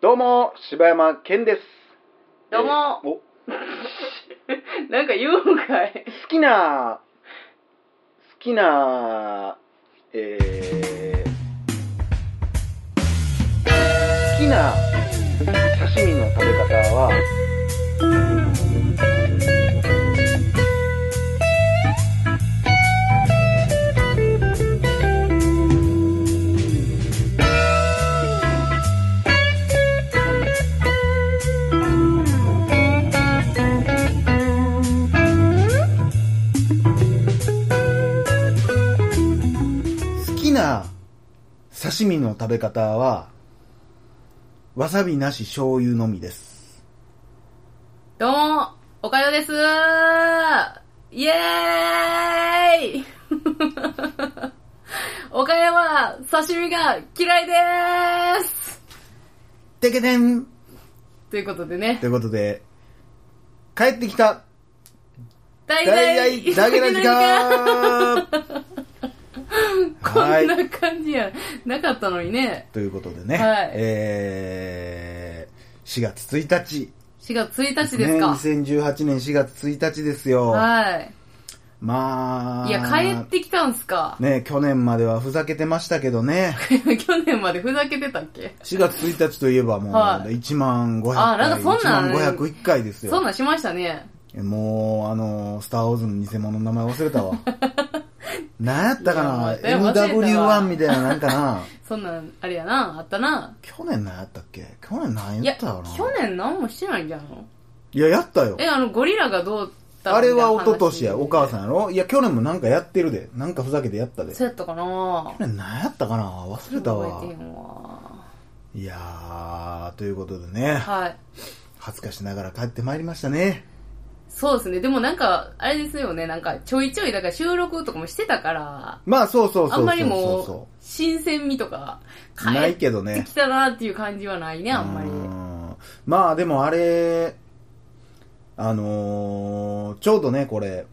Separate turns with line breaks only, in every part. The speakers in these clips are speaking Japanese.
どうも、柴山健です。
どうも
えーお好
なんか言うんかい。
きな、好きな、えー、好きな刺身の食べ方は、好きな刺身の食べ方は、わさびなし醤油のみです。
どうも、おかよですイエー イおかよは刺身が嫌いでーす
てけてん
ということでね
と、いうことで、帰ってきた
大
大々だけの時間
こ
は
ん
い。
な感じや、なかったのにね、
ということでね、
はい
えー、4月1日。
4月1日ですか。
ね、2018年4月1日ですよ。
はい。
まあ、
いや、帰ってきたんすか。
ね、去年まではふざけてましたけどね、
去年までふざけてたっけ
4月1日といえばもう、
はい
1万500回、
あなんかそんなん
1万501回ですよ。
そんなんしましたね。
もう、あの、スター・ウォーズの偽物の名前忘れた わ。何やったかない
や忘れたわ
?MW1 みたいななんかな
そんなん、あれやな、あったな。
去年何やったっけ去年何
い
や
や、
った
去
かな
年何もしてないんじゃんの
いや、やったよ。
え、あの、ゴリラがどうだ
あれは一昨年や、お母
ん。
さんやろいや、去年もなんかやってるで。なんかふざけてやったで。去
そうやったかなぁ。
年何やったかな忘れたわ
覚え。てへんわ
いやー、ということでね、
はい。
恥ずかしながら帰ってまいりましたね。
そうですね。でもなんか、あれですよね。なんか、ちょいちょい、だから収録とかもしてたから、
まあ、そうそうそうそうそう
あんまりもう、新鮮味とか、
ない
帰
けど
って
ね
き。たなっていう感じはないね、あんまり
う。んまあ、でもあれ、あのー、ちょうどね、これ、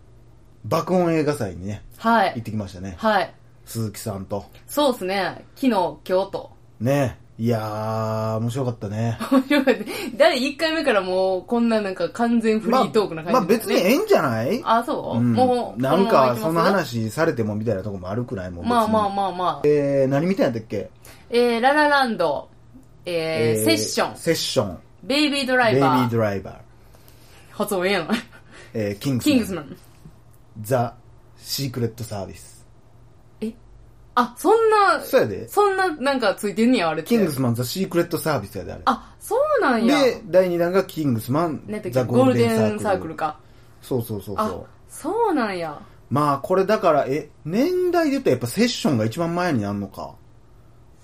爆音映画祭にね、
は
行っ
い。
てきましたね。
はい。
鈴木さんと。
そうですね。昨日、今日と。
ね。いやー、面白かったね。
面白かった。第1回目からもう、こんななんか完全フリートークな
まあ、まあ
感じだった
別にええんじゃない
あ、そう、
うん
もう、
なんかそ
の
ん
ま
な
ま行きます
話されてもみたいなとこもあるくないもん
まあまあまあまあ。
えー、何みたいなんだっけ
えー、ララランド、えーセッション、
セッション
ベイビードラ
ベイ
イ
ビ
バ
ー
ー、
ドライバー、
発音ええやん。
えー、キングス
キ
マン
ングスマン。
ザ・シークレット・サービス
あ、そんな、
そうやで
そんななんかついてんねや、あれって。
キングスマン・ザ・シークレット・サービスやであれ
あ、そうなんや。
で第2弾がキングスマン、
ね、
ザ・
ゴ
ゴー
ール
ル
デ
デ
ン
ン
サ
サ
ー
ー
ク
ク
ル
ル
か。
そうそうそう
あ
そう、
そうなんや。
まあこれだからえ年代で言ったらやっぱセッションが一番前になるのか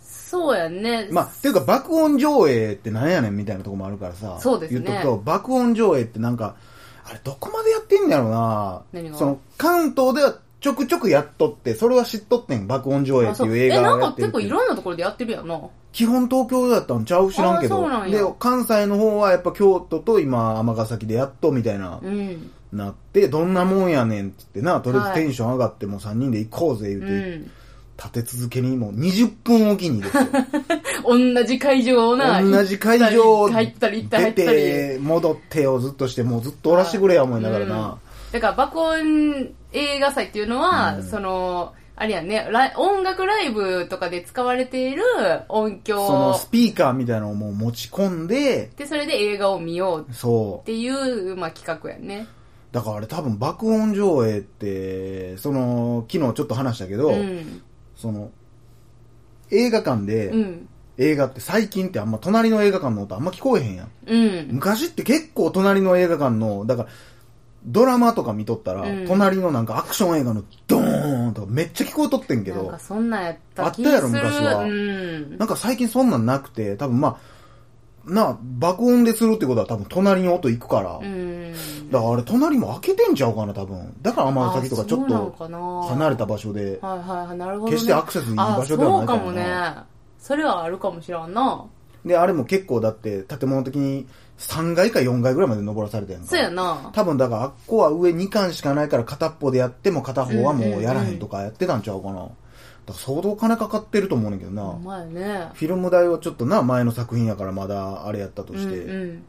そうやんね。
まあ、ていうか爆音上映ってなんやねんみたいなとこもあるからさ。
そうですね
言っとくと、爆音上映ってなんか、あれどこまでやってんやろな
何が
その、関東ではちょくちょくやっとって、それは知っとってん、爆音上映
あ
って
そ
いうう映
え、
画
なん
をや
か
ってるっ
結
て
構
い
いうろんなところでやってるやんな。
基本東京だったんちゃう知らんけ
あ
ど
そうなん
で
や、
関西の方はやっぱ京都と今、尼崎でやっとみたいな、
うん。
なって、どんなもんやねんって言ってな、とりあえずテンション上がってもう3人で行こうぜ言う
う
て、
ん。
立て続けにもう20分おきにですよ。
同じ会場をな、
同じ会場
入ったり、入ったり、入
出
ったり。
て、戻ってをずっとして、もうずっとおらしてくれや思いながら
うん
な。
だから爆音映画祭っていうのは、
うん
そのあれやねライ音楽ライブとかで使われている音
その
響
スピーカーみたいなのをもう持ち込んで、
でそれで映画を見ようっ
そう。
ていう、まあ、企画やね
だからあれ多分爆音上映って、その、昨日ちょっと話したけど、
うん
その、映画館
う
で、
ん
映画って最近ってあんま隣の映画館の音あんま聞こえへんやん。
うん
昔って結構隣の映画館の、だから、ドラマとか見とったら、
うん
隣のなんかアクション映画のドーンとかめっちゃ聞こえとってんけ
なん
ど
か、そんなんやった
あった
気が
や
す
ろ
る
昔は
うん
なんか最近そんなんなくて、多分まあ、なあ、爆音でするってことは多分隣に音行くから。
うん
だからあれ隣も開けてんちゃうかな、多分。だから天崎とかちょっと離
れ
れた場所で、
はいはいはいなるほど、ね、
決してアクセスいい場所ではないか
あ
ら
そうかもねそれはあるかもしらんな
で、あれも結構だって建物的に3階か4階ぐらいまで登らされてんの
そうやな
多分だからあっこは上2巻しかないから片っぽでやっても片方はもうやらへんとかやってたんちゃうかな。だから相当金かかってると思うねんけどな。
ほんまやね
フィルム代はちょっとな、前の作品やからまだあれやったとして。
うんうん、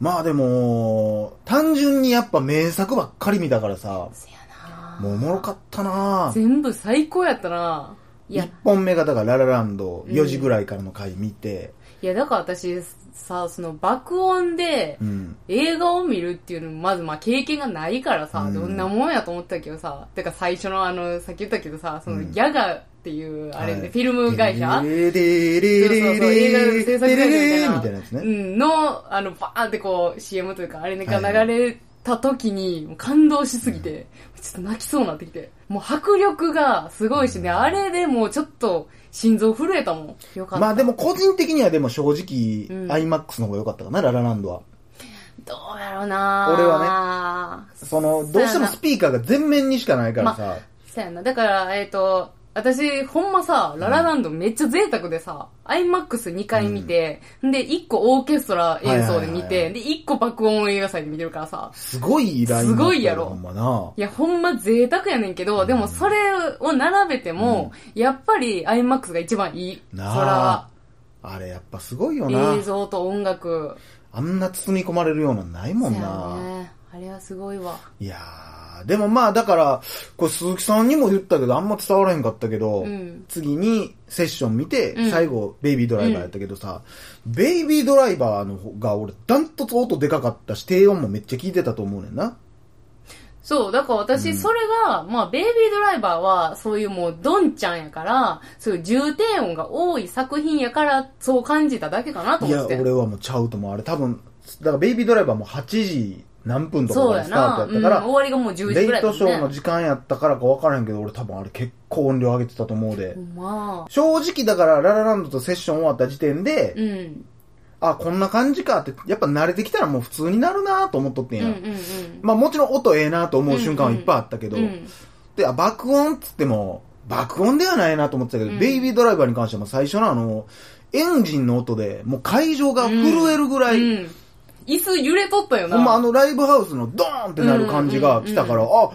まあでも、単純にやっぱ名作ばっかり見たからさ、
せやな
もうおもろかったな
全部最高やったないや
1本目がだからララランド
うん
4時ぐらいからの回見て、
いやだから私さその爆音で
うん。
映画を見るっていうのもまずまあ経験がないからさ、
うん
どんなもんやと思ってたけどさてか最初のあのさっき言ったけどさその
うん
ギャガっていうあれで、
はい
フィルム会社、
レレレレレ
そうそうそう
レ
映画の制作会社みたいな
みたいなやつ
う
ね。
ん、の、あの、バーンってこう、CM というか、あれ
はい
が流れた時に、もう感動しすぎて、ちょっと泣きそうになってきて。もう迫力がすごいしね、あれでもうちょっと心臓震えたもん。よかった。
まあでも個人的にはでも正
う
直、
ん
IMAX の方が良かったかな、ララランドは。
どうやろうな
俺
はね。
その、どうしてもスピーカーが全面にしかないからさ、
そうやな。だから、えっ、と、私、ほんまさ、ララランドめっちゃ贅沢でさ、IMAX2 回見て、で、1個オーケストラ演
はい
奏で見
はいはいは
て、で、1個爆音映画祭で見てるからさ、
すごいラインナップ
すごいやろ。
ほんまない
や、ほんま贅沢やねんけど、でもそれを並べても、やっぱり IMAX が一番いい。そ
な
ら
あ、あれやっぱすごいよな
映。像と音楽。
あんな包み込まれるようなんないもんな。
そうやね。あれはすごいわ。
いやー、でもまあだから、これ鈴木さんにも言ったけど、あんま伝わらへんかったけど、
うん
次にセッション見て、
うん
最後、ベイビードライバーやったけどさ、ベイビードライバーの方が俺、ダントツ音でかかったし、低音もめっちゃ聞いてたと思うねんな。
そう、だから私、それが、まあ、ベイビードライバーは、そういうもう、ドンちゃんやから、そういう重低音が多い作品やから、そう感じただけかなと
い
思
や、
って。
俺はもうちゃうと思う。あれ多分、だからベイビードライバーも8時何分とか
そう
から
や
スター
な。
ト
う
やっ
ん、終
たから、
わりがもう10時ぐら
レイ
いだ
ト
っ
シ
た
ョー
も
の
んね。
時間やったからか分からへんけど、俺多分あれ結構音量上げてたと思うで。
まあ。
正直だから、ララランドとセッション終わった時点で、
うん。
あ、こんな感じかって、やっぱ慣れてきたらもう普通になるなと思っとってん
うん
や。
うんうん。
まあもちろん音ええなと思う瞬間はいっぱいあったけど、
うん
で、あ、爆音っつっても、爆音ではないなと思ってたけど、
うん
ベイビードライバーに関してはもう最初のあの、エンジンの音で、もう会場が震えるぐらい、
うん。椅子揺れとったよな。
ほんまあのライブハウスのドーンってなる感じが来たから、あ、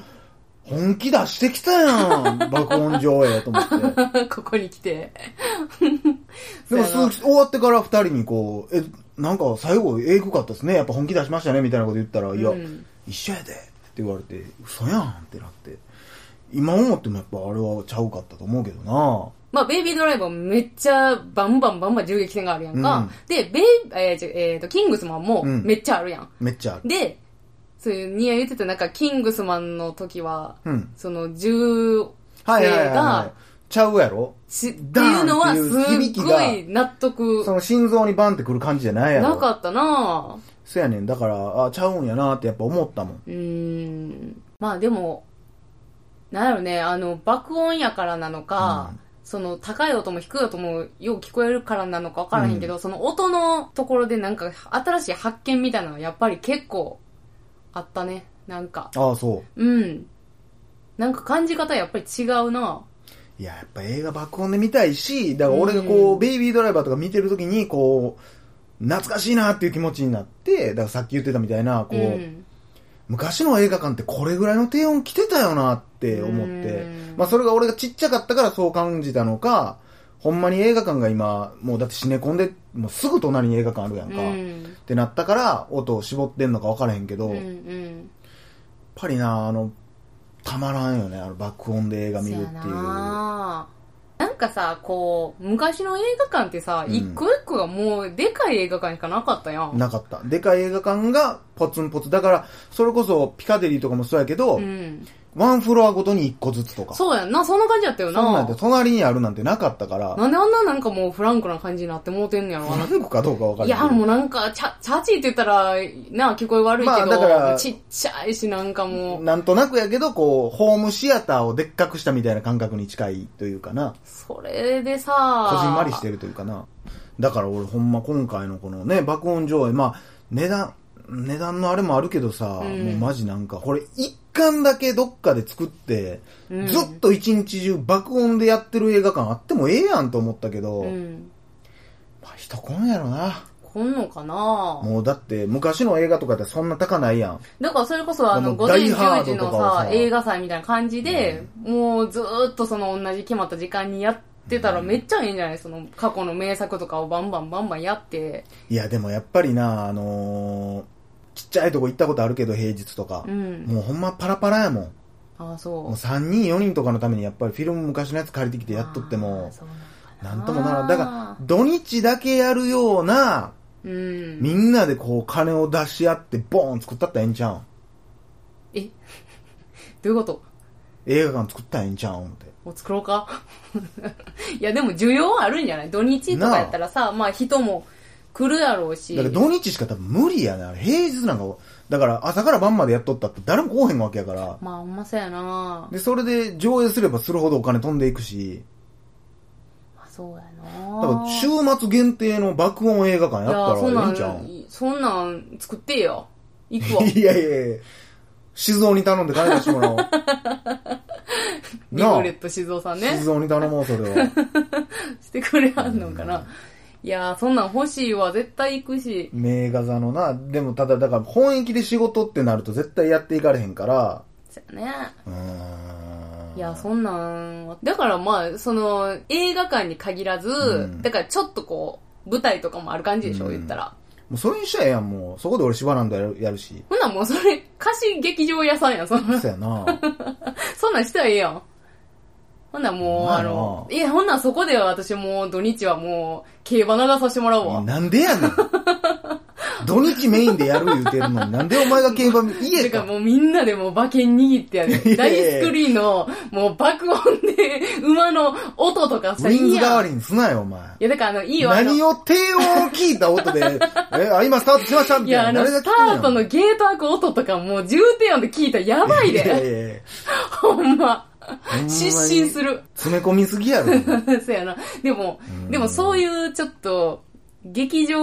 本気出してきたやん爆音上映と思って。
ここに来て。
でも
そうや
鈴
な
木、終わってから二人にこう、え、なんか最後エグかったですね、やっぱ本気出しましたね、みたいなこと言ったら、いや、
うん
一緒やでって言われて、嘘やんってなって。今思ってもやっぱあれはちゃうかったと思うけどな。
まあ、ベイビードライバーめっちゃバンバンバンバン銃撃戦があるやんか。
うん
で、ベイ、えーじゃえーと、キングスマンも
うん
めっちゃあるやん。
めっちゃある。
で、そういう、ニア言ってたなんか、キングスマンの時は、
うん。
その銃
はいはいはい、は
が、
い。ちゃうやろ
しって
ダーン
いうのは
って
す
いう響き
っ
が
ごい納得
その心臓にバンってくる感じじゃないやろ。
なかったなぁ。
そやねん。だから、あ、ちゃうんやなってやっぱ思ったもん。
うーんまあでも、なんやろね、あの、爆音やからなのか、
うん
その、高い音も低い音もよう聞こえるからなのかわからへんけど、その音のところでなんか、新しい発見みたいなのはやっぱり結構あったね。なんか、
ああ、そ
うん。なんか感じ方やっぱり違うな。
う。いや、やっぱ映画爆音で見たいし、だから俺がこう、
うん
ベイビードライバーとか見てるときに、こう、懐かしいなっていう気持ちになって、だからさっき言ってたみたいな、こう、
うん。
昔の映画館ってこれぐらいの低音来てたよなって思って
うん、
まあそれが俺がちっちゃかったからそう感じたのか、ほんまに映画館が今、もうだってシネコンで、もうすぐ隣に映画館あるやん
う
か、っ
ん。
てなったから音を絞ってんのか分からへんけど、
うんう
やっ
ん。
ぱりな、あの、たまらんよね、あの爆音で映画見るっていう。
そやななんかさ、こう、昔の映画館ってさ、
うん
一個一個がもう、でかい映画館しかなかったやん。
なかった。でかい映画館がポツンポツ。だから、それこそピカデリーとかもそうやけど、
うん。
ワンフロアごとに一個ずつとか。
そうやんな、そんな感じやったよ
そんなん
な。
で隣にあるなんてなかったから、
なんであんななんかもうフランクな感じになってもうてんのやろ、あの
何個かどうか分から
い
んけど
や、もうなんか、チャ、チャチーって言ったら、なあ、聞こえ悪いけど、
まあだから
ちっちゃいし、なんかもう、
なんとなくやけど、こう、ホームシアターをでっかくしたみたいな感覚に近いというかな。
それでさ、
こ
こ
じんまりしてるというかな。だから俺ほんま今回のこのね、爆音上映、まあ、値段、値段のあれもあるけどさ、
うん
もうマジなんか、これ一巻だけどっかで作って、
うん
ずっと一日中爆音でやってる映画館あってもええやんと思ったけど、
うん。
まあ人来んやろな。
こ来んのかな
もうだって昔の映画とかってそんな高ないやん。
だからそれこそあの
も
午
う
前
大ハ
10
ード
時の
とかを
さ
さ
映画祭みたいな感じで、もうずーっとその同じ決まった時間にやってたらめっちゃいいんじゃないその過去の名作とかをバンバンバンバンやって
いや、でもやっぱりな、あのーちっちゃいとこ行ったことあるけど、平日とか
う。ん
もうほんまパラパラやもん。
ああ
もう
そう
3人、4人とかのためにやっぱりフィルム昔のやつ借りてきてやっとって
あー
も、
そうな
なんん
か
ともならん。だから
ら、
土日だけやるような、
うん
みんなでこう金を出し合ってボーン作ったったらええんちゃうん。
え どういうこと
映画館作ったらええんちゃうん思って。
もう作ろうか いやでも需要はあるんじゃない土日とかやったらさまあ人も来るやろうし
だから土日しか多分無理やねあれ平日なんか、だから朝から晩までやっとったって誰も来おへんわけやから。
まあほんまそうやな
で、それで上映すればするほどお金飛んでいくし、
まあそうや
だ
な
から週末限定の爆音映画館や
いやそ
っ
ん
たら
ない
い
ん
んちゃうん
そんなん作ってよ行くわ
いやいやいや静雄に頼んで金出してもら おう。
リ
な
グ
あ
レ、ット静雄さんね
静雄に頼もう、それは。
してくれはんのかな、いやそんなん欲しいわ絶対行くし
名画座のな、でもただ、だから本域で仕事ってなると絶対やっていかれへんから、
そうやね
うーん。
いや、そんなん、だからまあ、その、映画館に限らず、
うん
だからちょっとこう、舞台とかもある感じでしょ、
うん
言ったら。
もうそれにしたらええやん、もう。そこで俺芝なんだやるやる し。
ほんなんもうそれ、貸し劇場屋さんやん、 そんな、
そうやな。
そんなんしたらええやん。ほんなんもう、
まあ
あの、
ない
や、ほんなんそこでは私もう土日はもう、競馬流させてもらうわ。
なんでやねん。土日メインでやる言うてるのに、なんでお前が競馬見、家
てか
か。
もうみんなでもう馬券握ってやる。
いや
大
いやいや
スクリーンの、もう爆音で、馬の音とか
ウ
さ、
ィンズ代わ
いいやんい
りにすなよ、お前。
や、だからあの、いいわ。あの
何を低音を聞いた音で、 え、あ、今スタートしましたみ
い
た
や、あ
いな。
の、
誰が
ス
聞
タ
くんや
ートのゲート開く音とかもう重点音で聞いたらやばい
いや
で。
いやいや
ほん
ほ
ま。
んまに
失神する。
詰め込みすぎやろ。
そうやな。でも、でもそういうちょっと、劇場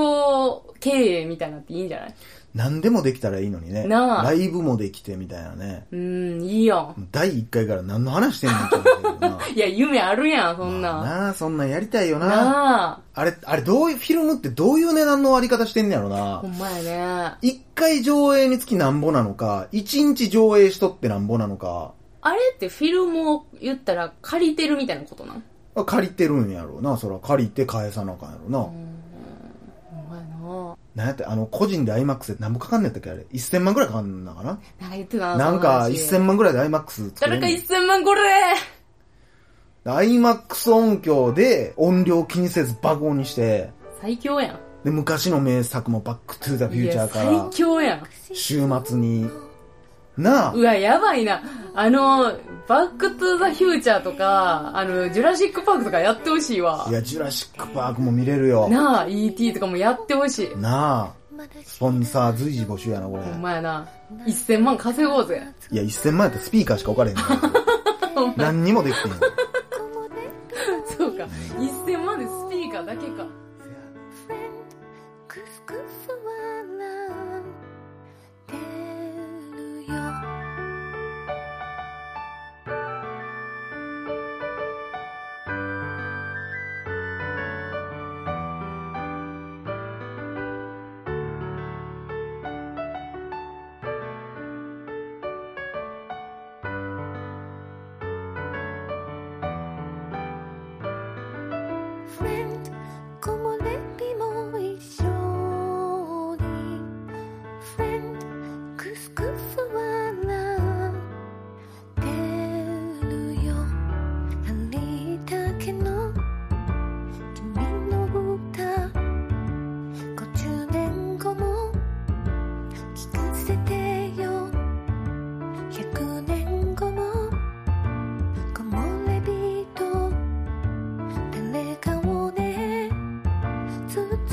経営みたいなっていいんじゃない
何でもできたらいいのにね。
なあ
ライブもできてみたいなね。
うん、いいやん。
第1回から何の話してんのって思ってるけどな。
いや、夢あるやん、 そんなん。
なあ、そんなんやりたいよな。
な
あれ、あれ、どういう、フィルムってどういう値段の割り方してんねやろ
あ。
な
ほ。んまやね。
一回上映につきなんぼなのか、一日上映しとってなんぼなのか、
あれってフィルムを言ったら借りてるみたいなことなん
借りてるんやろうな。そら借りて返さなあかんやろうな。
ほんまやな。
なんやって、あの、個人で IMAX で何もかかんねやったっけあれ。1000万くらいかかんのかな
なんか言ってた
なんか、
そ
1000
の話
万くらいで IMAX 作れ
誰
る
か。1000万これ
IMAX 音響で音量気にせず爆音にして、
最強やん。
で、昔の名作もバックトゥーザフ
い
ューチャ
や
ーか
最
ら、
強やん。
週末に、なあ
う、わ、やばいな。あの、バックトゥザフューチャーとか、あの、ジュラシックパークとかやってほしいわ
い。や、ジュラシックパークも見れるよ。
なあ、ET とかもやってほしい。
なあ、スポンサー随時募集やな、これ。
ほんまやな。1000万稼ごうぜ。
いや、1000万やったらスピーカーしか置かれへん ねん何にもできてへん。
そうか。1000万でスピーカーだけか。
クスクス笑ってるよ「フレンド木漏れ日も一緒に」「フレンドクスクス笑ってるよ」「ありだけの君の歌」「50年後も聞かせてよ」「100年後も木漏れ日と」誰かをね包